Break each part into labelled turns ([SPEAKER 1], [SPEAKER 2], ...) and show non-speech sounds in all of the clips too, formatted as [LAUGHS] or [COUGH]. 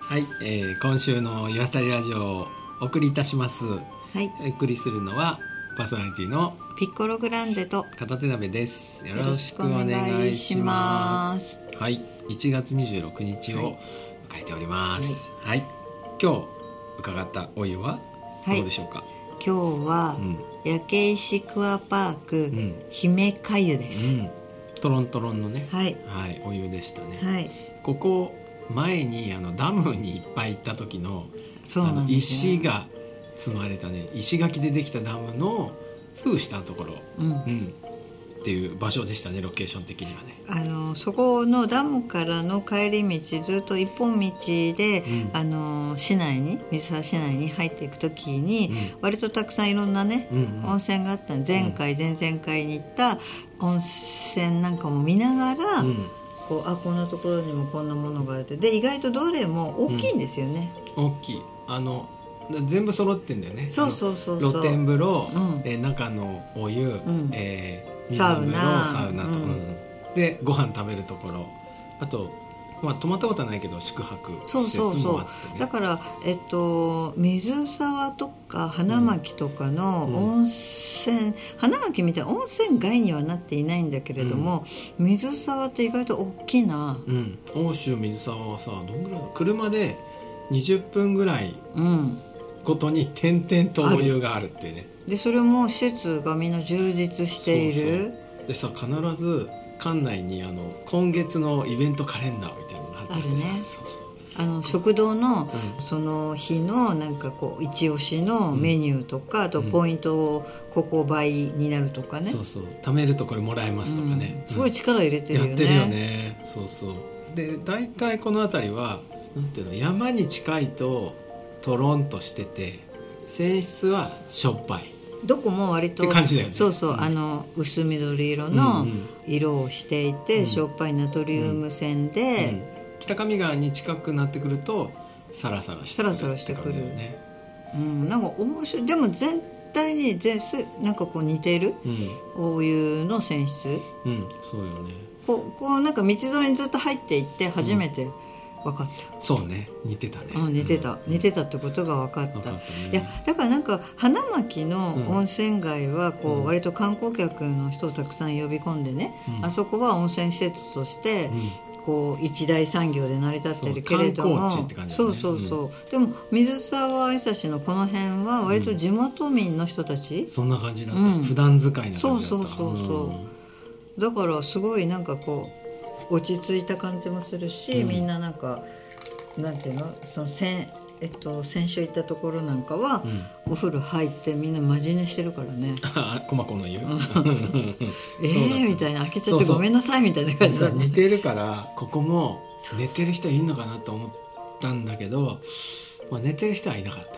[SPEAKER 1] はい、えー今週の「岩谷ラジオ」をお送りいたします
[SPEAKER 2] はい、
[SPEAKER 1] お送りするのはパーソナリティの
[SPEAKER 2] ピッコログランデと
[SPEAKER 1] 片手鍋ですよろ
[SPEAKER 2] ろ
[SPEAKER 1] し
[SPEAKER 2] し
[SPEAKER 1] く
[SPEAKER 2] く
[SPEAKER 1] お
[SPEAKER 2] お
[SPEAKER 1] 願
[SPEAKER 2] 願
[SPEAKER 1] い
[SPEAKER 2] い
[SPEAKER 1] し
[SPEAKER 2] し
[SPEAKER 1] ま
[SPEAKER 2] ますす
[SPEAKER 1] はい1月26日
[SPEAKER 2] は
[SPEAKER 1] を
[SPEAKER 2] い
[SPEAKER 1] 迎えておりますはい、今日伺ったお湯は
[SPEAKER 2] はい
[SPEAKER 1] どうでしょうか、
[SPEAKER 2] 今日は、
[SPEAKER 1] うん
[SPEAKER 2] 焼け石クアパーク、
[SPEAKER 1] ん
[SPEAKER 2] 姫かゆで
[SPEAKER 1] う
[SPEAKER 2] す、
[SPEAKER 1] んトロントロンのね
[SPEAKER 2] はい
[SPEAKER 1] はい、お湯でしたね、
[SPEAKER 2] はい
[SPEAKER 1] ここ前にあのダムにいっぱい行った時の
[SPEAKER 2] そう
[SPEAKER 1] あ
[SPEAKER 2] な
[SPEAKER 1] の
[SPEAKER 2] んです、ね、
[SPEAKER 1] 石が積まれたね石垣でできたダムのすぐ下のところ、
[SPEAKER 2] うん
[SPEAKER 1] うん、っていう場所でしたねロケーション的にはね。
[SPEAKER 2] あのそこのダムからの帰り道ずっと一本道で、
[SPEAKER 1] うん
[SPEAKER 2] あの市内に水沢市内に入っていく時に、
[SPEAKER 1] う
[SPEAKER 2] 割とたくさんいろんなね、
[SPEAKER 1] うんうん
[SPEAKER 2] 温泉があったの前回前々回に行った温泉なんかも見ながら、
[SPEAKER 1] うん、
[SPEAKER 2] こうあこんなところにもこんなものがあってで意外とどれも大きいんですよね、
[SPEAKER 1] 大きいあのだ全部揃ってんだよね
[SPEAKER 2] そうそうそう
[SPEAKER 1] あの
[SPEAKER 2] そう
[SPEAKER 1] 露天風呂、
[SPEAKER 2] うん
[SPEAKER 1] えー中のお湯、
[SPEAKER 2] ん
[SPEAKER 1] えー水
[SPEAKER 2] サ
[SPEAKER 1] 風
[SPEAKER 2] ウ
[SPEAKER 1] 呂
[SPEAKER 2] ナ
[SPEAKER 1] サウナと、
[SPEAKER 2] うん
[SPEAKER 1] うんでご飯食べるところあと、まあ、泊まったことはないけど宿泊
[SPEAKER 2] そう
[SPEAKER 1] 施設
[SPEAKER 2] そう
[SPEAKER 1] も
[SPEAKER 2] そ
[SPEAKER 1] あっ
[SPEAKER 2] う
[SPEAKER 1] て、ね、
[SPEAKER 2] だから、えっと、水沢とか花巻とかの
[SPEAKER 1] うん
[SPEAKER 2] 温泉、花巻みたいな温泉街にはなっていないんだけれども、水沢って意外と大きな、
[SPEAKER 1] うん、欧州水沢はさどんぐらいだ車で20分ぐらい
[SPEAKER 2] うん、
[SPEAKER 1] ごとに点々とお湯があるっていうね
[SPEAKER 2] でそれも施設がみんな充実している
[SPEAKER 1] でさ必ず館内にあの今月のイベントカレンダーみたいなのがあっててさ
[SPEAKER 2] あるね
[SPEAKER 1] そうそう
[SPEAKER 2] あの食堂の
[SPEAKER 1] う
[SPEAKER 2] その日のなんかこう一押しのメニューとか、あとポイントをここ倍になるとかね,
[SPEAKER 1] そうそう貯めるとこれもらえますと
[SPEAKER 2] うん、
[SPEAKER 1] かね、
[SPEAKER 2] すごい力入れて
[SPEAKER 1] や
[SPEAKER 2] るよ
[SPEAKER 1] っ
[SPEAKER 2] ね。
[SPEAKER 1] てるよねそうそうで大体この辺りはなんていうの山に近いととろんとしてて泉質はしょっぱい
[SPEAKER 2] どこも割と
[SPEAKER 1] って感じだよね
[SPEAKER 2] そうそう、
[SPEAKER 1] うん
[SPEAKER 2] あの薄緑色
[SPEAKER 1] う
[SPEAKER 2] の
[SPEAKER 1] んうん
[SPEAKER 2] 色をしていて、
[SPEAKER 1] うん
[SPEAKER 2] しょっぱいナトリウム線で、
[SPEAKER 1] うん北上川に近くなってくるとサラサラして
[SPEAKER 2] サラサラしてくる
[SPEAKER 1] って感じだよね、
[SPEAKER 2] うんなんか面白いでも全体に全すなんかこう似てるお湯の泉質
[SPEAKER 1] うん、うん、そうよね
[SPEAKER 2] こうこうなんか道沿いにずっと入っていって初めて分かった、
[SPEAKER 1] そうね似てたね
[SPEAKER 2] あ似て
[SPEAKER 1] う
[SPEAKER 2] た、
[SPEAKER 1] ん
[SPEAKER 2] 似てたってことが分かった
[SPEAKER 1] 分かったね
[SPEAKER 2] いやだからなんか花巻の
[SPEAKER 1] うん
[SPEAKER 2] 温泉街はこ
[SPEAKER 1] うん
[SPEAKER 2] う割と観光客の人をたくさん呼び込んでね、
[SPEAKER 1] うん
[SPEAKER 2] あそこは温泉施設として
[SPEAKER 1] う
[SPEAKER 2] こう一大産業で成り立ってるけれど
[SPEAKER 1] そう
[SPEAKER 2] も
[SPEAKER 1] 観光地って感じだ
[SPEAKER 2] そ
[SPEAKER 1] ね
[SPEAKER 2] うそうそう、でも水沢久志のこの辺は割と地元民の人たち、
[SPEAKER 1] そんな感じだった、
[SPEAKER 2] うん
[SPEAKER 1] 普段使いな感じだった
[SPEAKER 2] そうそうそうそうだからすごいなんかこう落ち着いた感じもするし、
[SPEAKER 1] うん
[SPEAKER 2] みんななんかなんていうのその先,、えっと、先週行ったところなんかは
[SPEAKER 1] う、ん
[SPEAKER 2] お風呂入ってみんな真面目してるからね。
[SPEAKER 1] [LAUGHS] あこまこの言う
[SPEAKER 2] えー、みたいな開けちゃ
[SPEAKER 1] そ
[SPEAKER 2] っ
[SPEAKER 1] う
[SPEAKER 2] て
[SPEAKER 1] そう
[SPEAKER 2] ごめんなさいみたいな感じだ
[SPEAKER 1] 似
[SPEAKER 2] ね
[SPEAKER 1] てるからここも
[SPEAKER 2] そうそう
[SPEAKER 1] 寝てる人いるのかなと思ったんだけど、まあ、寝てる人はいなかっ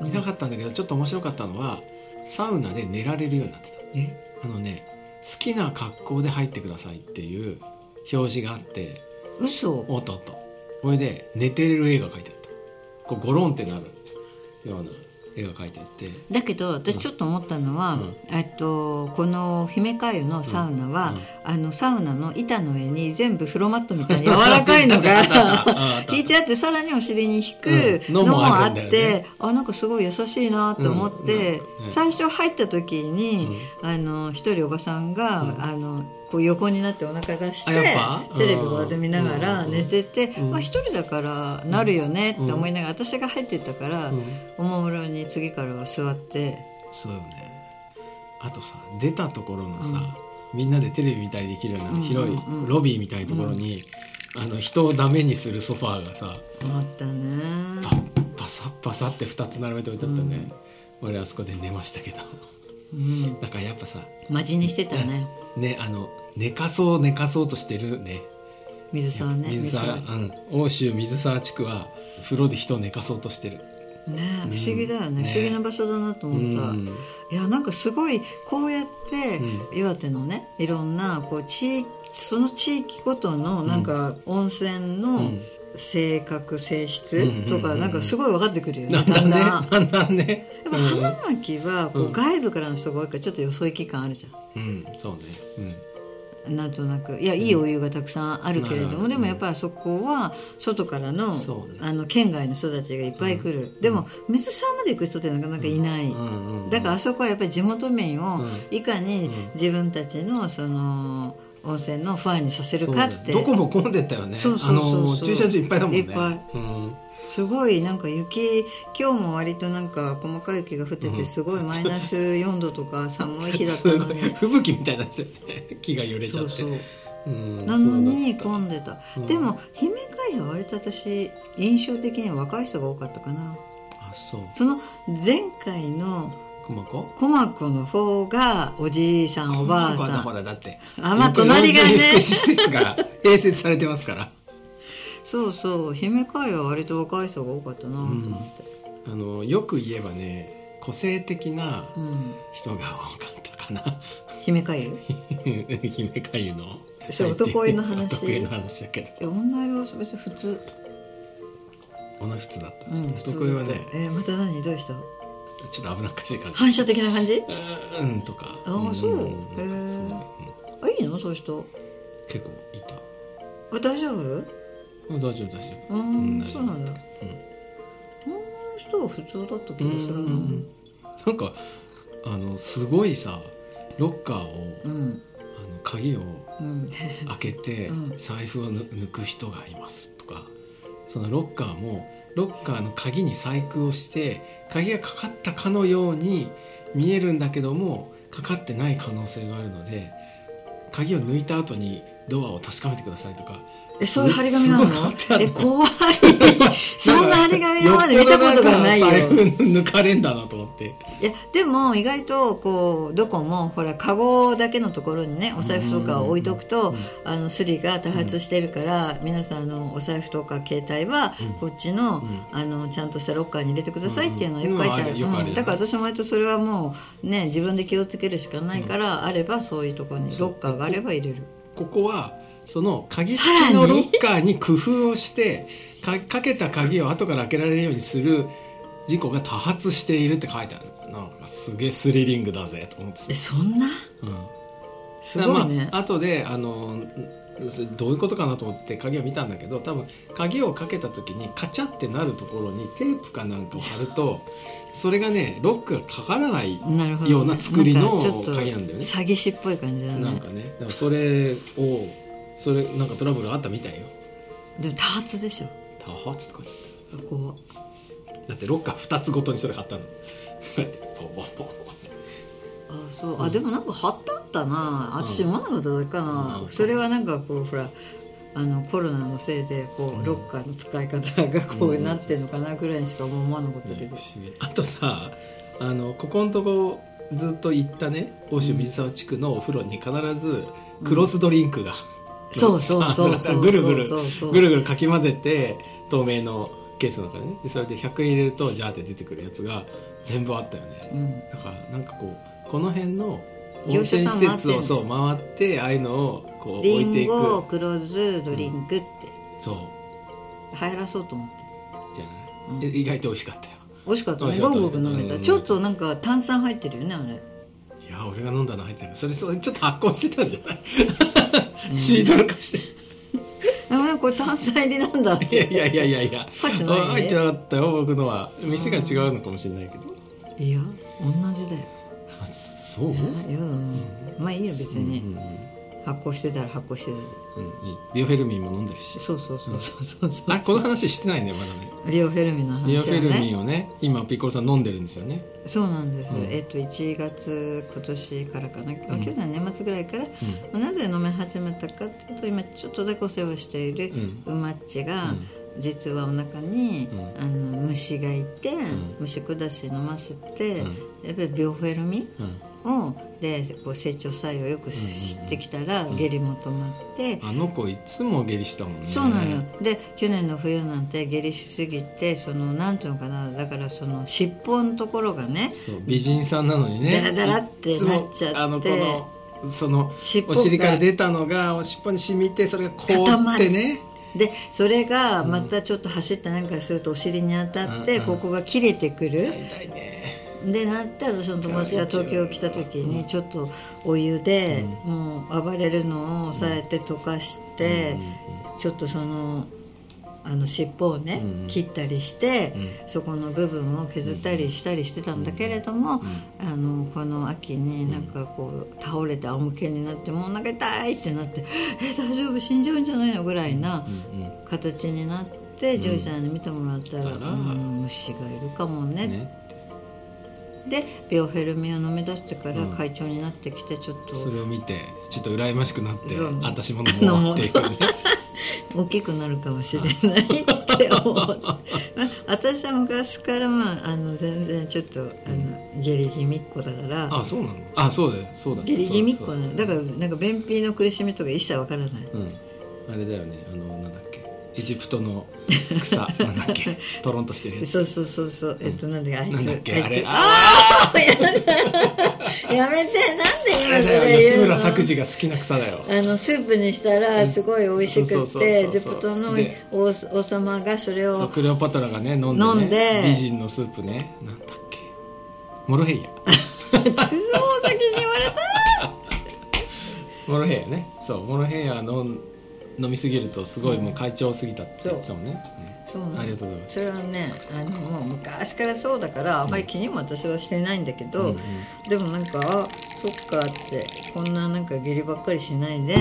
[SPEAKER 1] たいなかったんだけどちょっと面白かったのはサウナで寝られるようになってた
[SPEAKER 2] え
[SPEAKER 1] あのね好きな格好で入ってくださいっていう表示があって
[SPEAKER 2] 嘘
[SPEAKER 1] おっとおっとこれで寝てる絵が描いてあったこうゴロンってなるような絵が描いてあって
[SPEAKER 2] だけど私ちょっと思ったのは、
[SPEAKER 1] うん
[SPEAKER 2] えっとこの姫かゆのサウナは、
[SPEAKER 1] うんうん
[SPEAKER 2] あのサウナの板の上に全部風呂マットみ
[SPEAKER 1] [LAUGHS]
[SPEAKER 2] たいな柔らかいの
[SPEAKER 1] あったあったあっ
[SPEAKER 2] が
[SPEAKER 1] た
[SPEAKER 2] [LAUGHS] 引いてあってさらにお尻に引
[SPEAKER 1] う
[SPEAKER 2] く
[SPEAKER 1] ん
[SPEAKER 2] のもあ
[SPEAKER 1] の
[SPEAKER 2] っ
[SPEAKER 1] もあるんだよ
[SPEAKER 2] て
[SPEAKER 1] ね、
[SPEAKER 2] あなんかすごい優しいなと思って、
[SPEAKER 1] うんうんうん
[SPEAKER 2] 最初入った時に、あの一人おばさんが、あのこう横になってお腹出して
[SPEAKER 1] あやっぱ
[SPEAKER 2] テレビを見ながら
[SPEAKER 1] うん
[SPEAKER 2] 寝てて、
[SPEAKER 1] ん
[SPEAKER 2] まあ、一人だからなるよねって思いながら、私が入ってったから、
[SPEAKER 1] うん
[SPEAKER 2] おもむろに次からは座って。
[SPEAKER 1] そうよねあとさ出たところのさ、みんなでテレビ見たりできるような広い
[SPEAKER 2] うんうんうん
[SPEAKER 1] ロビーみたいなところに、あの人をダメにするソファーがさ
[SPEAKER 2] あったね
[SPEAKER 1] パッパサッパサって2つ並べて置いてあったね、俺あそこで寝ましたけど [LAUGHS]
[SPEAKER 2] うん
[SPEAKER 1] だからやっぱさ
[SPEAKER 2] 真面目にしてたね
[SPEAKER 1] ねあの寝かそう寝かそうとしてるね
[SPEAKER 2] 水沢ね
[SPEAKER 1] 水沢、
[SPEAKER 2] 水沢
[SPEAKER 1] うん、欧州水沢地区は風呂で人を寝かそうとしてる
[SPEAKER 2] ね不思議だよね,、
[SPEAKER 1] ね
[SPEAKER 2] 不思議な場所だなと思った、
[SPEAKER 1] うん
[SPEAKER 2] いやなんかすごいこうやって、
[SPEAKER 1] う
[SPEAKER 2] 岩手のねいろんなこう地域その地域ごとのなんか温泉
[SPEAKER 1] う
[SPEAKER 2] の
[SPEAKER 1] ん
[SPEAKER 2] 性格性
[SPEAKER 1] うん
[SPEAKER 2] 質と
[SPEAKER 1] うんうんう
[SPEAKER 2] か
[SPEAKER 1] ん
[SPEAKER 2] なんかすごい分かってくるよね、
[SPEAKER 1] だん
[SPEAKER 2] だ
[SPEAKER 1] だんね [LAUGHS] だ
[SPEAKER 2] んだん。
[SPEAKER 1] んだんね
[SPEAKER 2] でも花巻はこ
[SPEAKER 1] うん
[SPEAKER 2] う外部からの人が多いからちょっとよそ行き感あるじゃん、
[SPEAKER 1] うん、うん、そうねうん
[SPEAKER 2] なんとなくいやいいお湯がたくさんあるけれども、
[SPEAKER 1] うん
[SPEAKER 2] でもやっぱりそこは外からの,、
[SPEAKER 1] そうね
[SPEAKER 2] あの県外の人たちがいっぱい来る、でも水沢まで行く人ってなかなかいない、
[SPEAKER 1] うんうんうん
[SPEAKER 2] だからあそこはやっぱり地元民を
[SPEAKER 1] うん
[SPEAKER 2] いかに自分たちのその温泉のファンにさせる
[SPEAKER 1] そう
[SPEAKER 2] か
[SPEAKER 1] だ
[SPEAKER 2] っ
[SPEAKER 1] ね
[SPEAKER 2] て
[SPEAKER 1] どこも混んでったよね
[SPEAKER 2] そうそうそうそ
[SPEAKER 1] あ
[SPEAKER 2] う
[SPEAKER 1] の駐車場いっぱいだもんね
[SPEAKER 2] いっぱい
[SPEAKER 1] うん
[SPEAKER 2] すごいなんか雪今日も割となんか細かい雪が降っててすごいマイナス4度とか寒い日だ
[SPEAKER 1] [LAUGHS]
[SPEAKER 2] っ
[SPEAKER 1] す
[SPEAKER 2] た
[SPEAKER 1] ごい
[SPEAKER 2] のに。
[SPEAKER 1] 吹雪みたいになっちゃって [LAUGHS] 木が揺れちゃ
[SPEAKER 2] そ
[SPEAKER 1] っ
[SPEAKER 2] う
[SPEAKER 1] て
[SPEAKER 2] そう
[SPEAKER 1] うん
[SPEAKER 2] なの
[SPEAKER 1] そう
[SPEAKER 2] に
[SPEAKER 1] だった
[SPEAKER 2] 混んでた、
[SPEAKER 1] うん
[SPEAKER 2] でも姫海は割と私印象的には若い人が多かったかな
[SPEAKER 1] あそう
[SPEAKER 2] その前回の
[SPEAKER 1] 熊子
[SPEAKER 2] 駒子の方がおじいさんおばあ
[SPEAKER 1] 熊子はだほ
[SPEAKER 2] さん
[SPEAKER 1] らだって
[SPEAKER 2] あまあ隣がね
[SPEAKER 1] 福祉施設が [LAUGHS] 併設されてますから
[SPEAKER 2] そうそう姫海は割と若い人が多かったなと思って、
[SPEAKER 1] あのよく言えばね個性的な
[SPEAKER 2] うん
[SPEAKER 1] 人が多かったかな
[SPEAKER 2] 姫海湯
[SPEAKER 1] [LAUGHS] 姫かゆの
[SPEAKER 2] そう男湯の話
[SPEAKER 1] 男湯の話だけど
[SPEAKER 2] え女湯は別に普通、
[SPEAKER 1] 女普通だった、
[SPEAKER 2] うん、普通
[SPEAKER 1] 男湯はね
[SPEAKER 2] えーまた何どうした
[SPEAKER 1] ちょっと危なっかしい感じ
[SPEAKER 2] 反射的な感じ
[SPEAKER 1] うーんとか
[SPEAKER 2] あーそうん
[SPEAKER 1] なんかすごいう
[SPEAKER 2] へー
[SPEAKER 1] ん
[SPEAKER 2] あいいのそういう人
[SPEAKER 1] 結構いた
[SPEAKER 2] あ大丈夫
[SPEAKER 1] うん大丈夫大丈
[SPEAKER 2] う
[SPEAKER 1] 夫
[SPEAKER 2] ん
[SPEAKER 1] 大丈
[SPEAKER 2] そ
[SPEAKER 1] 夫
[SPEAKER 2] うなんだ
[SPEAKER 1] うん
[SPEAKER 2] 女の人は普通だっ
[SPEAKER 1] う
[SPEAKER 2] た気が
[SPEAKER 1] ん
[SPEAKER 2] する
[SPEAKER 1] う
[SPEAKER 2] なん
[SPEAKER 1] うんなんかあのすごいさロッカーを、
[SPEAKER 2] うん
[SPEAKER 1] あの鍵を
[SPEAKER 2] うん
[SPEAKER 1] 開けて
[SPEAKER 2] うん
[SPEAKER 1] 財布をぬ抜く人がいますとかそのロッカーもロッカーの鍵に細工をして鍵がかかったかのように見えるんだけどもかかってない可能性があるので鍵を抜いた後にドアを確かめてくださいとか
[SPEAKER 2] えそういう張り紙なの
[SPEAKER 1] すごい変わってある
[SPEAKER 2] え
[SPEAKER 1] の
[SPEAKER 2] 怖いそんな張り紙今まで見たことがないよ
[SPEAKER 1] よっぽどんか財布抜かれんだなと思って
[SPEAKER 2] いやでも意外とこうどこもほらカゴだけのところにねお財布とかを置いとくと、
[SPEAKER 1] うん
[SPEAKER 2] あのスリが多発してるから、皆さんあのお財布とか携帯は
[SPEAKER 1] うん
[SPEAKER 2] こっちの,、
[SPEAKER 1] ん
[SPEAKER 2] あのちゃんとしたロッカーに入れてくださいっていうのをよく書いてある,、
[SPEAKER 1] うんうんあるよくある
[SPEAKER 2] うんだから私も割とそれはもうね自分で気をつけるしかないから、あればそういうところにロッカーがあれば入れる。
[SPEAKER 1] ここはその鍵付きのロッカーに工夫をしてかかけた鍵を後から開けられるようにする事故が多発しているって書いてあるなんかすげえスリリングだぜと思って
[SPEAKER 2] え
[SPEAKER 1] た、
[SPEAKER 2] そんな
[SPEAKER 1] うん、
[SPEAKER 2] すごい
[SPEAKER 1] だ
[SPEAKER 2] ね
[SPEAKER 1] から、まあ後であのんそれどういうことかなと思って鍵を見たんだけど多分鍵をかけた時にカチャってなるところにテープかなんかを貼るとそれがねロックがかからない
[SPEAKER 2] なるほど、
[SPEAKER 1] ような作りの
[SPEAKER 2] かちょっと
[SPEAKER 1] 鍵なんだよね
[SPEAKER 2] 詐欺師っぽい感じだ
[SPEAKER 1] なん
[SPEAKER 2] ね
[SPEAKER 1] かねでもそれをそれなんかトラブルあったみたいよ
[SPEAKER 2] でも多発でしょ
[SPEAKER 1] 多発とか言って
[SPEAKER 2] こう
[SPEAKER 1] だってロッカー2つごとにそれ貼ったのこうやってボンボンボンボンって
[SPEAKER 2] あそうあでもなんか貼ってあったな私
[SPEAKER 1] うん
[SPEAKER 2] 読まなかっただけかな、
[SPEAKER 1] うん
[SPEAKER 2] それはなんかこうほらあのコロナのせいでこ
[SPEAKER 1] うん
[SPEAKER 2] うロッカーの使い方がこうなってるのかなぐらいにしか思わなかったけ
[SPEAKER 1] ね
[SPEAKER 2] ど、
[SPEAKER 1] 不思議あとさあのここのとこずっと行ったね欧州水沢地区のお風呂に必ずクロスドリンクが、
[SPEAKER 2] そうそうそ
[SPEAKER 1] さ
[SPEAKER 2] うそ
[SPEAKER 1] なん [LAUGHS]
[SPEAKER 2] う
[SPEAKER 1] かぐるぐる
[SPEAKER 2] そうそう
[SPEAKER 1] ぐるぐるかき混ぜて透明のケースの中でねでそれで100円入れるとジャーって出てくるやつが全部あったよね
[SPEAKER 2] うん、
[SPEAKER 1] だからなんかこうこの辺の温
[SPEAKER 2] 業者
[SPEAKER 1] 泉
[SPEAKER 2] さ
[SPEAKER 1] 施
[SPEAKER 2] ん
[SPEAKER 1] 設を
[SPEAKER 2] 回ってん
[SPEAKER 1] そう回ってああいうのをこう置
[SPEAKER 2] リ
[SPEAKER 1] いてい
[SPEAKER 2] ン
[SPEAKER 1] く
[SPEAKER 2] ゴ黒酢ドリンクって
[SPEAKER 1] そう
[SPEAKER 2] 流行らそうと思って
[SPEAKER 1] じゃない、
[SPEAKER 2] うん
[SPEAKER 1] え意外と美味しかったよ
[SPEAKER 2] 美味しかったね
[SPEAKER 1] 美味し
[SPEAKER 2] ゴ
[SPEAKER 1] かった
[SPEAKER 2] クゴク飲めた、
[SPEAKER 1] うん
[SPEAKER 2] ちょっとなんか炭酸入ってるよねあれ
[SPEAKER 1] いや俺が飲んだの入ってるそれそれちょっと発酵してたんじゃない [LAUGHS] シードル化して
[SPEAKER 2] あれこれ炭酸入りな
[SPEAKER 1] [LAUGHS]
[SPEAKER 2] んだっ
[SPEAKER 1] い
[SPEAKER 2] て
[SPEAKER 1] やいやいやいやいや
[SPEAKER 2] 入ってない
[SPEAKER 1] あ入ってなかったよ僕のは店が違うのかもしれないけど
[SPEAKER 2] いや同じだよ
[SPEAKER 1] あそう、
[SPEAKER 2] いやだなまあいいよ別に、
[SPEAKER 1] うんうん
[SPEAKER 2] 発酵してたら発酵してたで
[SPEAKER 1] うんいいビオフェルミンも飲んでるし
[SPEAKER 2] そうそうそうそうそうそう
[SPEAKER 1] あこの話してないねまだね
[SPEAKER 2] リオフェルミンの
[SPEAKER 1] ビオフ
[SPEAKER 2] 話は
[SPEAKER 1] ェルミ
[SPEAKER 2] ね
[SPEAKER 1] ンをね今ピッコロさん飲んでるんですよね
[SPEAKER 2] そうなんです、
[SPEAKER 1] うん
[SPEAKER 2] えっと1月今年からかな、去年年末ぐらいから、なぜ飲め始めたかっていうと今ちょっとだけお世話しているうまっちが、実はお腹に、
[SPEAKER 1] うん
[SPEAKER 2] あの虫がいて、
[SPEAKER 1] ん
[SPEAKER 2] 虫下し飲ませて、
[SPEAKER 1] うん
[SPEAKER 2] やっぱりビオフェルミン
[SPEAKER 1] うん
[SPEAKER 2] をでこう成長作用をよく知ってきたら、下痢も止まって、
[SPEAKER 1] あの子いつも下痢したもんね
[SPEAKER 2] そうなのよ、で去年の冬なんて下痢しすぎてそのなんていうのかなだからその尻尾のところがね
[SPEAKER 1] そう美人さんなのにね
[SPEAKER 2] ダラダラってなっちゃって
[SPEAKER 1] いつもあのこのその
[SPEAKER 2] 尻尾が
[SPEAKER 1] お尻から出たのがお尻尾に染みてそれが凍
[SPEAKER 2] 固ま
[SPEAKER 1] っ
[SPEAKER 2] る
[SPEAKER 1] てね
[SPEAKER 2] でそれがまたちょっと走ってなんかするとお尻に当たって、
[SPEAKER 1] うん
[SPEAKER 2] ここが切れてくる、
[SPEAKER 1] 痛いね
[SPEAKER 2] でなって私の友達が東京来た時にちょっとお湯でもう暴れるのを抑えて溶かしてちょっとその。あの尻尾をね、
[SPEAKER 1] うん
[SPEAKER 2] 切ったりして、そこの部分を削ったりしたりしてたんだけれども、あのこの秋になんかこう倒れて仰向けになってもうお腹痛いってなって「え大丈夫死んじゃうんじゃないの?」ぐらいな形になって獣医さんに見てもらったら
[SPEAKER 1] だ
[SPEAKER 2] 「
[SPEAKER 1] から
[SPEAKER 2] うん虫がいるかもね」
[SPEAKER 1] ね
[SPEAKER 2] でビオフェルミンを飲み出してから会長になってきてちょっと。
[SPEAKER 1] それを見てちょっと羨ましくなって
[SPEAKER 2] そう
[SPEAKER 1] 私も飲もうって
[SPEAKER 2] [LAUGHS]
[SPEAKER 1] いうね
[SPEAKER 2] 大きくなるかもしれないって
[SPEAKER 1] [LAUGHS]
[SPEAKER 2] 思ってまあ私は昔から、まあ、あの全然ちょっとあの下痢気味っ子だから
[SPEAKER 1] あそうなのあそうだよそうだ
[SPEAKER 2] 下痢気味っ子な
[SPEAKER 1] ね
[SPEAKER 2] のだからなんか便秘の苦しみとか一切わからない
[SPEAKER 1] うんあれだよねあのなんだっけエジプトの
[SPEAKER 2] [LAUGHS]
[SPEAKER 1] 草なんだっけトロンとしてるやつ
[SPEAKER 2] そうそうそうそうえっとなんであいつ
[SPEAKER 1] なんだっ
[SPEAKER 2] あい
[SPEAKER 1] け
[SPEAKER 2] つ
[SPEAKER 1] あれ
[SPEAKER 2] あ
[SPEAKER 1] あ
[SPEAKER 2] やめてなんで
[SPEAKER 1] あ
[SPEAKER 2] 今
[SPEAKER 1] れ
[SPEAKER 2] そ
[SPEAKER 1] だ
[SPEAKER 2] れ言
[SPEAKER 1] よ
[SPEAKER 2] うの
[SPEAKER 1] 吉村作治が好きな草だよ
[SPEAKER 2] あのスープにしたらすごい美味し
[SPEAKER 1] そ
[SPEAKER 2] く
[SPEAKER 1] う
[SPEAKER 2] っ
[SPEAKER 1] そうそう
[SPEAKER 2] て
[SPEAKER 1] そ
[SPEAKER 2] エ
[SPEAKER 1] う
[SPEAKER 2] ジプトの
[SPEAKER 1] で
[SPEAKER 2] 王王様がそれ
[SPEAKER 1] そう
[SPEAKER 2] を
[SPEAKER 1] クレオパトラがね飲んで,、ね、
[SPEAKER 2] 飲んで
[SPEAKER 1] 美人のスープねなんだっけモロヘイヤ
[SPEAKER 2] もう先に言われた
[SPEAKER 1] モロヘイヤねそうモロヘイヤの飲みすぎるとすごいもう会長すぎたって言ってたもんね、
[SPEAKER 2] そうなん
[SPEAKER 1] うんありがとうございます
[SPEAKER 2] それはねあのもう昔からそうだからあまり気にも私はしてないんだけ
[SPEAKER 1] う
[SPEAKER 2] ど、
[SPEAKER 1] ん
[SPEAKER 2] でもなんかあそっかってこんななんか下痢ばっかりしないで、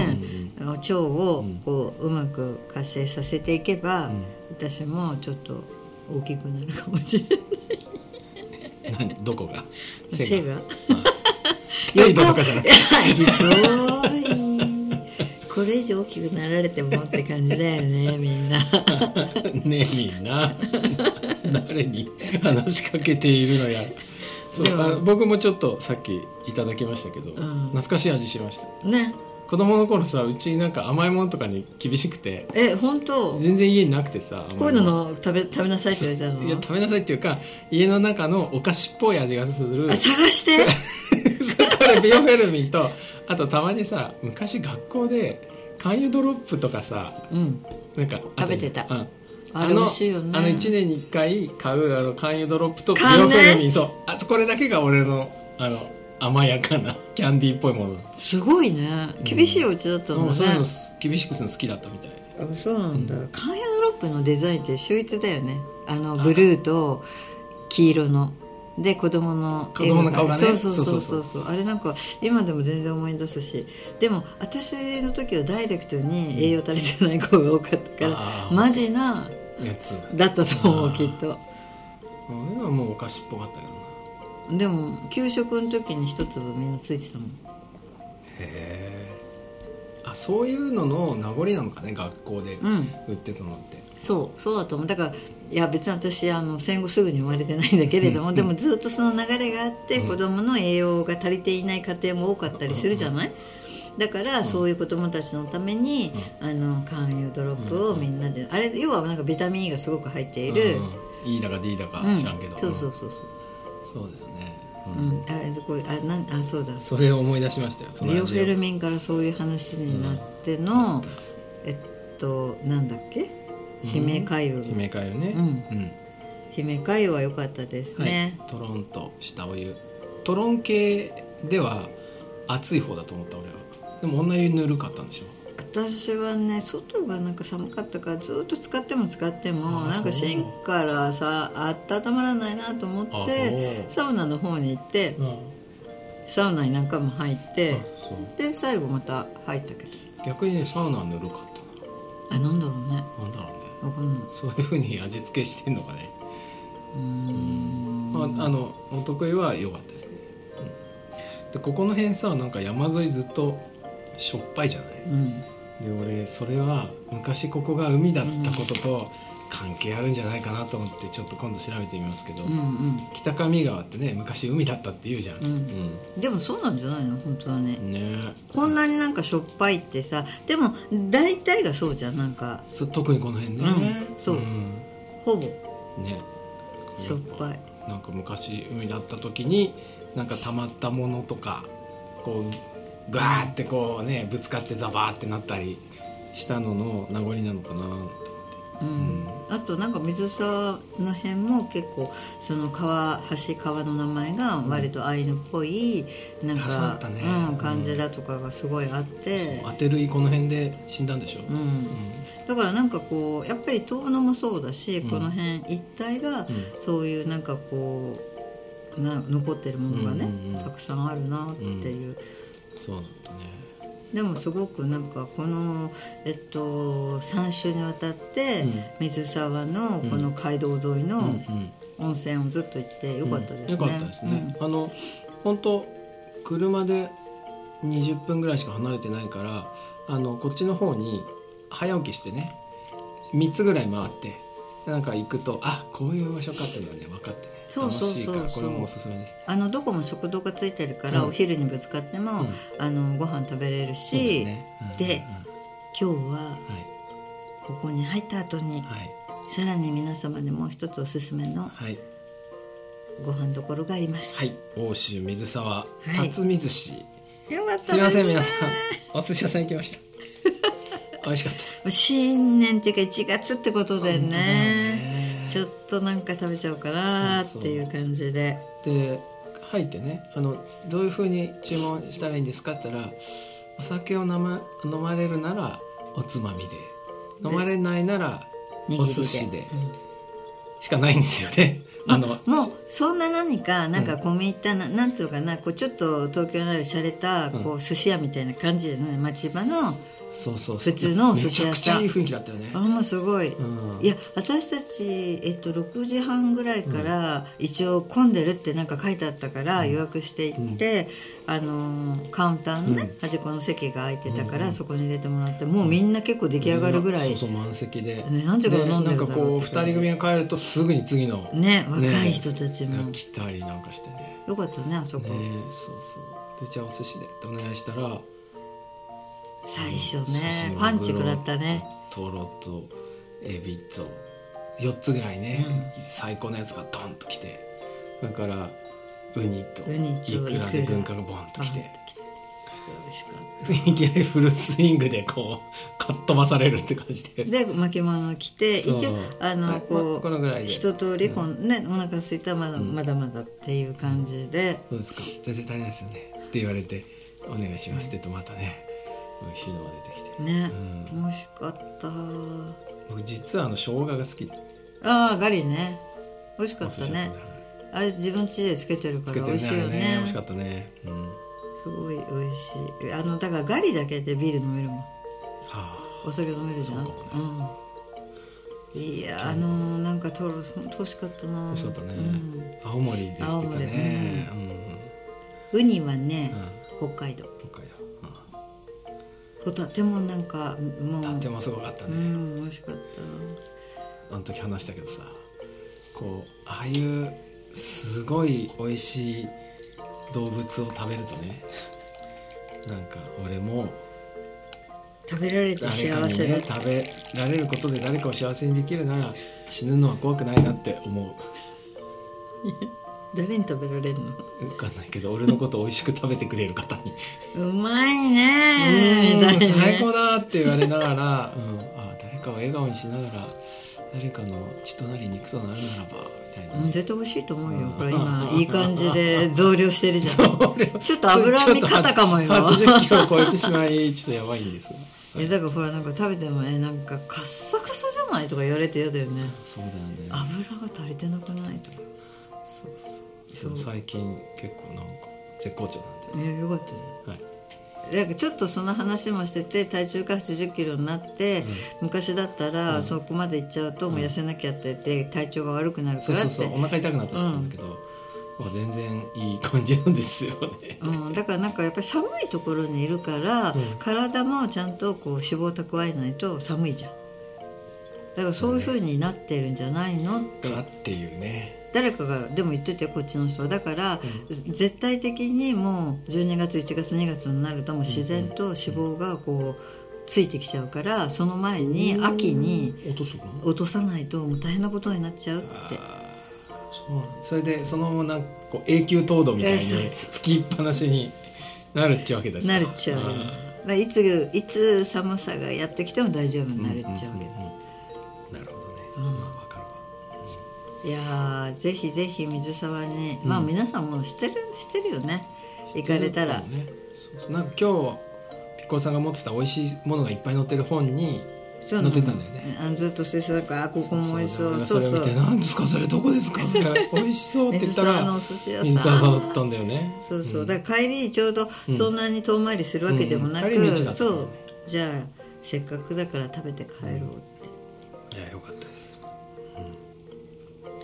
[SPEAKER 2] あの腸をこううまく活性させていけば、私もちょっと大きくなるかもしれない。
[SPEAKER 1] 何ど
[SPEAKER 2] [LAUGHS]
[SPEAKER 1] こが
[SPEAKER 2] 背が
[SPEAKER 1] 態度とかじゃなくて [LAUGHS]
[SPEAKER 2] ひどいこれ以上大きくなられてもって感じだよねみんな。
[SPEAKER 1] ねえみんな [LAUGHS] 誰に話しかけているのやそう
[SPEAKER 2] でも
[SPEAKER 1] あ僕もちょっとさっきいただきましたけど、懐かしい味しました
[SPEAKER 2] ね
[SPEAKER 1] 子供の頃さうちなんか甘いものとかに厳しくて
[SPEAKER 2] え本当
[SPEAKER 1] 全然家になくてさ甘
[SPEAKER 2] こうい
[SPEAKER 1] いうもの
[SPEAKER 2] のの食べ食べなさいって言われたの
[SPEAKER 1] いや食べなさいっていうか家の中のお菓子っぽい味がする
[SPEAKER 2] あ探して
[SPEAKER 1] [LAUGHS] それからビオフェルミンとあとたまにさ昔学校で勧誘ドロップとかさ
[SPEAKER 2] うん
[SPEAKER 1] なんかあったじゃん
[SPEAKER 2] 食べてた
[SPEAKER 1] うん
[SPEAKER 2] あれ美味しいよね
[SPEAKER 1] あの1年に1回買うあの勧誘ドロップとビオ
[SPEAKER 2] 缶ね
[SPEAKER 1] フェルミンそうあこれだけが俺のあの甘やかなキャンディーっぽいものだった
[SPEAKER 2] すごいね厳しいお家だったのね、
[SPEAKER 1] もうそういうの厳しくするの好きだったみたい
[SPEAKER 2] あそうなんだ関谷ドロップのデザインって秀逸だよねあのブルーと黄色ので子供の
[SPEAKER 1] 子供の顔がね
[SPEAKER 2] そうそうそうそうそ
[SPEAKER 1] そうう
[SPEAKER 2] あれなんか今でも全然思い出すしでも私の時はダイレクトに栄養足りてない子が多かったから、
[SPEAKER 1] あー
[SPEAKER 2] マジな
[SPEAKER 1] やつ
[SPEAKER 2] だったと思
[SPEAKER 1] あ
[SPEAKER 2] う
[SPEAKER 1] ー
[SPEAKER 2] きっと
[SPEAKER 1] 俺のはもうお菓子っぽかったけどな
[SPEAKER 2] でも給食の時に一粒みんなついてたもん
[SPEAKER 1] へえあそういうのの名残なのかね学校で
[SPEAKER 2] うん
[SPEAKER 1] 売ってたのって、
[SPEAKER 2] そうそうだと思うだからいや別に私あの戦後すぐに生まれてないんだけれども、でもずっとその流れがあって、子供の栄養が足りていない家庭も多かったりするじゃない、だからそういう子供たちのために、あの勧誘ドロップをみんなで、あれ要はなんかビタミン E がすごく入っている、
[SPEAKER 1] うん、E だか D だか
[SPEAKER 2] うん
[SPEAKER 1] 知らんけど、
[SPEAKER 2] そうそうそうそう、
[SPEAKER 1] そうだよね、うん
[SPEAKER 2] うん、あれこうあなんあそうだ
[SPEAKER 1] それを思い出しましたよその
[SPEAKER 2] ビオフェル
[SPEAKER 1] ミ
[SPEAKER 2] ミンからそういう話になっての、えっとなんだっけ姫海運、
[SPEAKER 1] 姫かよね
[SPEAKER 2] うん
[SPEAKER 1] うん
[SPEAKER 2] 姫海運は良かったです
[SPEAKER 1] はい
[SPEAKER 2] ね、
[SPEAKER 1] トロンとしたお湯トロン系では熱い方だと思った俺はでも女湯ぬるかったんでしょ
[SPEAKER 2] 私はね外がなんか寒かったからずっと使っても使っても
[SPEAKER 1] あ
[SPEAKER 2] なんか芯からさ温まらないなと思って
[SPEAKER 1] あ
[SPEAKER 2] サウナの方に行って
[SPEAKER 1] うん
[SPEAKER 2] サウナに何回も入って
[SPEAKER 1] あそう
[SPEAKER 2] で最後また入ったけど
[SPEAKER 1] 逆にねサウナはぬるかっ
[SPEAKER 2] あなんだろうね
[SPEAKER 1] たななんだろうね
[SPEAKER 2] わかんない
[SPEAKER 1] そういうふうに味付けしてんのかね
[SPEAKER 2] うーん
[SPEAKER 1] まあ、あのお得意は良かったですね、うん、でここの辺さなんか山沿いずっとしょっぱいじゃない
[SPEAKER 2] うん
[SPEAKER 1] で俺それは昔ここが海だったことと関係あるんじゃないかなと思ってちょっと今度調べてみますけど、
[SPEAKER 2] うんうん
[SPEAKER 1] 北上川ってね昔海だったって言うじゃん、
[SPEAKER 2] うんでもそうなんじゃないの本当はね
[SPEAKER 1] うんねえ
[SPEAKER 2] こんなになんかしょっぱいってさでも大体がそうじゃんなんか
[SPEAKER 1] そ特にこの辺ね、
[SPEAKER 2] うんそうんほぼ
[SPEAKER 1] ね
[SPEAKER 2] しょっぱい
[SPEAKER 1] なんか昔海だった時になんか溜まったものとかこうガーってこうねぶつかってザバーってなったりしたのの名残なのかなと思って、
[SPEAKER 2] うん
[SPEAKER 1] うん
[SPEAKER 2] あとなんか水沢の辺も結構その川橋川の名前が割とアイヌっぽいなん
[SPEAKER 1] あそうだっ
[SPEAKER 2] か
[SPEAKER 1] たね
[SPEAKER 2] うん感じだとかがすごいあって
[SPEAKER 1] 当てるいこの辺で死んだんでしょ、
[SPEAKER 2] う
[SPEAKER 1] うん
[SPEAKER 2] んだからなんかこうやっぱり遠野もそうだし、この辺一帯がそういうなんかこうな残ってるものがね、
[SPEAKER 1] うんうんうん
[SPEAKER 2] たくさんあるなっていう、
[SPEAKER 1] そうだったね
[SPEAKER 2] でもすごくなんかこの、えっと、3週にわたって
[SPEAKER 1] うん
[SPEAKER 2] 水沢のこの街道沿いの
[SPEAKER 1] うんうん
[SPEAKER 2] 温泉をずっと行ってよかったですね。
[SPEAKER 1] うんよかったですね。あの本当車で20分ぐらいしか離れてないから、あのこっちの方に早起きしてね、3つぐらい回って。なんか行くとあこういう場所かっていうのはね分かってね
[SPEAKER 2] そうそうそうそう
[SPEAKER 1] 楽しいからこれもおすすめです
[SPEAKER 2] あのどこも食堂がついてるから、
[SPEAKER 1] うん
[SPEAKER 2] お昼にぶつかって
[SPEAKER 1] う
[SPEAKER 2] も、
[SPEAKER 1] ん
[SPEAKER 2] あのご飯食べれる
[SPEAKER 1] そう
[SPEAKER 2] し、
[SPEAKER 1] すねうん
[SPEAKER 2] で
[SPEAKER 1] うん
[SPEAKER 2] 今日は
[SPEAKER 1] は
[SPEAKER 2] ここに入った後に
[SPEAKER 1] い
[SPEAKER 2] さらに皆様にもう一つおすすめの
[SPEAKER 1] はいはい
[SPEAKER 2] ご飯どころがあります。
[SPEAKER 1] はい欧州水沢
[SPEAKER 2] い
[SPEAKER 1] 辰水市
[SPEAKER 2] よかったです
[SPEAKER 1] いません皆さんお寿司屋さん行きました
[SPEAKER 2] [LAUGHS]
[SPEAKER 1] 美味しかった
[SPEAKER 2] 新年っていうか1月ってことでね
[SPEAKER 1] 本当だよね
[SPEAKER 2] ちょっとなんか食べちゃおうかなっていう感じで
[SPEAKER 1] で入ってねあのどういうふうに注文したらいいんですかって言ったらお酒を飲ま飲まれるならおつまみで飲まれないならお寿司でしかないんですよね。あの、
[SPEAKER 2] うんもうそんな何かなん
[SPEAKER 1] う
[SPEAKER 2] か
[SPEAKER 1] ん
[SPEAKER 2] 込み入ったな,、なんていうかなこうちょっと東京にある洒落たこう寿司屋みたいな感じでね町場の
[SPEAKER 1] そうそうそう
[SPEAKER 2] 普通のお寿司屋さん
[SPEAKER 1] めちゃくちゃいい雰囲気だったよね。
[SPEAKER 2] あもうすごい。
[SPEAKER 1] うん
[SPEAKER 2] いや私たち、えっと、6時半ぐらいから一応混んでるってなんか書いてあったから予約していって、あのーカウンターのね、
[SPEAKER 1] うん
[SPEAKER 2] 端っこの席が空いてたから、そこに入れてもらってもうみんな結構出来上がるぐらい、
[SPEAKER 1] そうそう満席で。
[SPEAKER 2] ね何時から飲んでるんだろう
[SPEAKER 1] なんかこう
[SPEAKER 2] って感
[SPEAKER 1] 二
[SPEAKER 2] じ
[SPEAKER 1] 人組が帰るとすぐに次の
[SPEAKER 2] ね若い人たちも、
[SPEAKER 1] が来たりなんかしてね。
[SPEAKER 2] よかったねあそ
[SPEAKER 1] ね
[SPEAKER 2] こ、
[SPEAKER 1] そうそう。でじゃあお寿司でってお願いしたら。
[SPEAKER 2] 最初
[SPEAKER 1] 寿司
[SPEAKER 2] ね
[SPEAKER 1] の
[SPEAKER 2] パンチ食らったね
[SPEAKER 1] トロとエビと4つぐらいね、最高のやつがドンときてそれからウニと
[SPEAKER 2] ウニと
[SPEAKER 1] イクラで
[SPEAKER 2] イクラ
[SPEAKER 1] 軍艦がボンとき
[SPEAKER 2] パ
[SPEAKER 1] て
[SPEAKER 2] ンってきて美味しかった
[SPEAKER 1] [LAUGHS] いきなりフルスイングでこうかっ飛ばされるって感じで
[SPEAKER 2] で巻物着て一
[SPEAKER 1] そう
[SPEAKER 2] 応あ
[SPEAKER 1] は
[SPEAKER 2] の
[SPEAKER 1] い
[SPEAKER 2] こ
[SPEAKER 1] ま
[SPEAKER 2] う、
[SPEAKER 1] このぐらいで
[SPEAKER 2] 一通りこんねお腹空いたらまだまだまだっていう感じで、
[SPEAKER 1] どうですか全然足りないですよねって言われてお願いしますって言うとまたね美味しいのが出てきて
[SPEAKER 2] ね、
[SPEAKER 1] う
[SPEAKER 2] 美味しかった
[SPEAKER 1] 僕実はあの生姜が好きで
[SPEAKER 2] ああガリね美味しかった
[SPEAKER 1] 屋さ
[SPEAKER 2] ね
[SPEAKER 1] んで
[SPEAKER 2] あれ自分家でつけてるか
[SPEAKER 1] つけ
[SPEAKER 2] ら
[SPEAKER 1] て
[SPEAKER 2] 美
[SPEAKER 1] る
[SPEAKER 2] 味
[SPEAKER 1] ね
[SPEAKER 2] しいよ
[SPEAKER 1] あれ
[SPEAKER 2] ね
[SPEAKER 1] ね美味しかったねうん
[SPEAKER 2] すごい美味しいあのだからガリだけでビール飲めるもん
[SPEAKER 1] ああ
[SPEAKER 2] お酒飲めるじゃん
[SPEAKER 1] そうか
[SPEAKER 2] うん、いやあのなんかトロ本当美味しかったな
[SPEAKER 1] 美味しかったね、
[SPEAKER 2] うん
[SPEAKER 1] 青森でしてたね、うんうん
[SPEAKER 2] ウニはね、北海道
[SPEAKER 1] 北海道、
[SPEAKER 2] ホタテもなんかもう
[SPEAKER 1] うん、とてもすごかった
[SPEAKER 2] う
[SPEAKER 1] ね、
[SPEAKER 2] ん美味しかっ
[SPEAKER 1] あの時話したけどさこうああいうすごい美味しい動物を食べるとねなんか俺も
[SPEAKER 2] た食べられて
[SPEAKER 1] 誰か
[SPEAKER 2] 幸
[SPEAKER 1] に
[SPEAKER 2] せだっ
[SPEAKER 1] ね
[SPEAKER 2] た
[SPEAKER 1] 食べられることで誰かを幸せにできるなら死ぬのは怖くないなって思
[SPEAKER 2] 誰に食べられるの
[SPEAKER 1] う分かんないけど俺のことを美味しく食べてくれる方に
[SPEAKER 2] うまいうねみた
[SPEAKER 1] ー
[SPEAKER 2] い
[SPEAKER 1] ん
[SPEAKER 2] なね
[SPEAKER 1] 最高だって言われな
[SPEAKER 2] [LAUGHS]
[SPEAKER 1] がら、うん、あ誰かを笑顔にしながら誰かの血となり肉となるならばみたいな
[SPEAKER 2] うん
[SPEAKER 1] ね、
[SPEAKER 2] 絶対美味しいと思うよ
[SPEAKER 1] うん
[SPEAKER 2] これ今いい感じで増量してるじゃん
[SPEAKER 1] これは
[SPEAKER 2] ちょっと脂身肩かもよ
[SPEAKER 1] ちょっと80キロを超えてしまいちょっとやばいんです
[SPEAKER 2] いやだからほらなんか食べてもえなんかカッサカサじゃないとか言われて嫌だよね
[SPEAKER 1] そうだよね
[SPEAKER 2] 油が足りてなくないとか
[SPEAKER 1] そうそうでも最近結構なんか絶好調なんで、
[SPEAKER 2] いやよかったじゃん
[SPEAKER 1] はい、
[SPEAKER 2] なんかちょっとその話もしてて体重が8 0キロになって、昔だったら、そこまでいっちゃうともう痩せなきゃってで体調が悪くなるか
[SPEAKER 1] そう
[SPEAKER 2] ら
[SPEAKER 1] そう
[SPEAKER 2] っ
[SPEAKER 1] そう
[SPEAKER 2] て
[SPEAKER 1] お腹痛くなったりしたんだけど、あ全然いい感じなんですよね
[SPEAKER 2] うん、だからなんかやっぱり寒いところにいるから、体もちゃんとこう脂肪を蓄えないと寒いじゃんだからそういうふうになってるんじゃないのって
[SPEAKER 1] だっていうね
[SPEAKER 2] 誰かがでも言っててこっちの人はだから、絶対的にもう12月1月2月になるともう自然と脂肪がこうついてきちゃうからその前に秋に
[SPEAKER 1] 落とすの
[SPEAKER 2] 落とさないともう大変なことになっちゃうって
[SPEAKER 1] そうなんだそれでそのままなんかこう永久凍土みたいに
[SPEAKER 2] えそうそう
[SPEAKER 1] つきっぱなしになるっちゃうわけですか
[SPEAKER 2] なるっちゃう、まあ、いついつ寒さがやってきても大丈夫になるっちゃうわけ
[SPEAKER 1] うんうんうんなるほどね、ま
[SPEAKER 2] いやーぜひぜひ水沢に、
[SPEAKER 1] うん
[SPEAKER 2] まあ皆さんもう知ってる知ってるよね行かれたら、
[SPEAKER 1] ね、そうそうなんか今日ピコさんが持ってた美味しいものがいっぱい載ってる本に
[SPEAKER 2] そうなの
[SPEAKER 1] 載ってたんだよね
[SPEAKER 2] あずっと水槽なんかあここも美味しそう
[SPEAKER 1] そ
[SPEAKER 2] そうう
[SPEAKER 1] だからそれ
[SPEAKER 2] そ
[SPEAKER 1] を
[SPEAKER 2] う
[SPEAKER 1] 見て「何ですかそれどこ
[SPEAKER 2] [LAUGHS]
[SPEAKER 1] ですか?」って「美味しそう」って言
[SPEAKER 2] 水
[SPEAKER 1] った
[SPEAKER 2] 沢
[SPEAKER 1] ら
[SPEAKER 2] のお寿司屋さん
[SPEAKER 1] 水沢さんだったんだよね
[SPEAKER 2] そうそう、だから帰りちょうどそんなに遠回りするわけでもな
[SPEAKER 1] う
[SPEAKER 2] く、
[SPEAKER 1] んうん帰り道だった
[SPEAKER 2] そ
[SPEAKER 1] のね
[SPEAKER 2] うじゃあせっかくだから食べて帰ろうって、
[SPEAKER 1] いやよかったです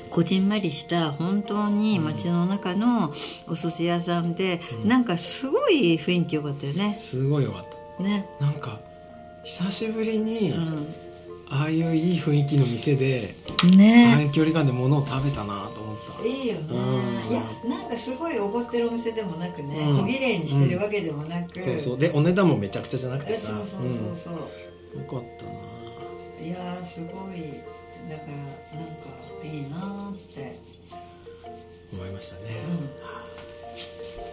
[SPEAKER 2] こじんまりした本当に街の中のお寿司屋さんで、なんかすごい雰囲気良かったよね
[SPEAKER 1] すごいよかっ
[SPEAKER 2] ね
[SPEAKER 1] たなんか久しぶりに、
[SPEAKER 2] う
[SPEAKER 1] ああいういい雰囲気の店で、
[SPEAKER 2] ん
[SPEAKER 1] ああい
[SPEAKER 2] ね
[SPEAKER 1] う距離感で物を食べたなと思った
[SPEAKER 2] いいよね
[SPEAKER 1] うん
[SPEAKER 2] いやなんかすごいおごってるお店でもなくね、
[SPEAKER 1] うん
[SPEAKER 2] 小綺麗にしてるわけでもなく、
[SPEAKER 1] そうそうでお値段もめちゃくちゃじゃなくて
[SPEAKER 2] え
[SPEAKER 1] さ
[SPEAKER 2] そうそうそうそう、
[SPEAKER 1] うんよかったない
[SPEAKER 2] やーすごいだからなんかいいなーって
[SPEAKER 1] 思いましたね、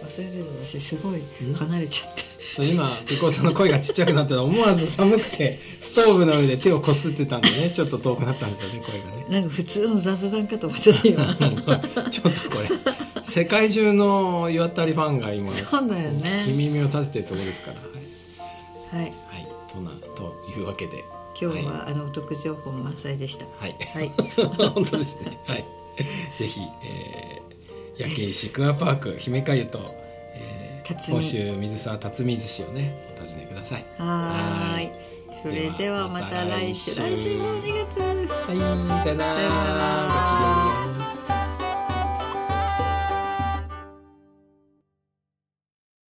[SPEAKER 2] 忘れてる私すごい離れちゃって
[SPEAKER 1] そう今ピコさんの声がちっちゃくなってた思わず寒く
[SPEAKER 2] [LAUGHS]
[SPEAKER 1] てストーブの上で手をこすってたんでねちょっと遠くなったんですよね声がね [LAUGHS]
[SPEAKER 2] なんか普通の雑談かと思っちゃった今
[SPEAKER 1] うんちょっとこれ世界中の岩谷ファンが今
[SPEAKER 2] そうだよ
[SPEAKER 1] 君
[SPEAKER 2] ね
[SPEAKER 1] 耳を立ててるところですからはい、
[SPEAKER 2] はい
[SPEAKER 1] はい、となというわけで
[SPEAKER 2] 今日は、あのお得情報満載でした
[SPEAKER 1] はい、はい
[SPEAKER 2] [LAUGHS]
[SPEAKER 1] [LAUGHS]
[SPEAKER 2] はい
[SPEAKER 1] 本当ですね。はい。ぜひ、えー、焼け石クアパーク姫かゆと、えー、
[SPEAKER 2] 辰巳
[SPEAKER 1] 甲州水沢辰巳寿司をねお尋ねください。
[SPEAKER 2] はーいそれではまた来週来週もお願いします
[SPEAKER 1] はい、さよなら。
[SPEAKER 2] さよなら
[SPEAKER 1] ごきげんよう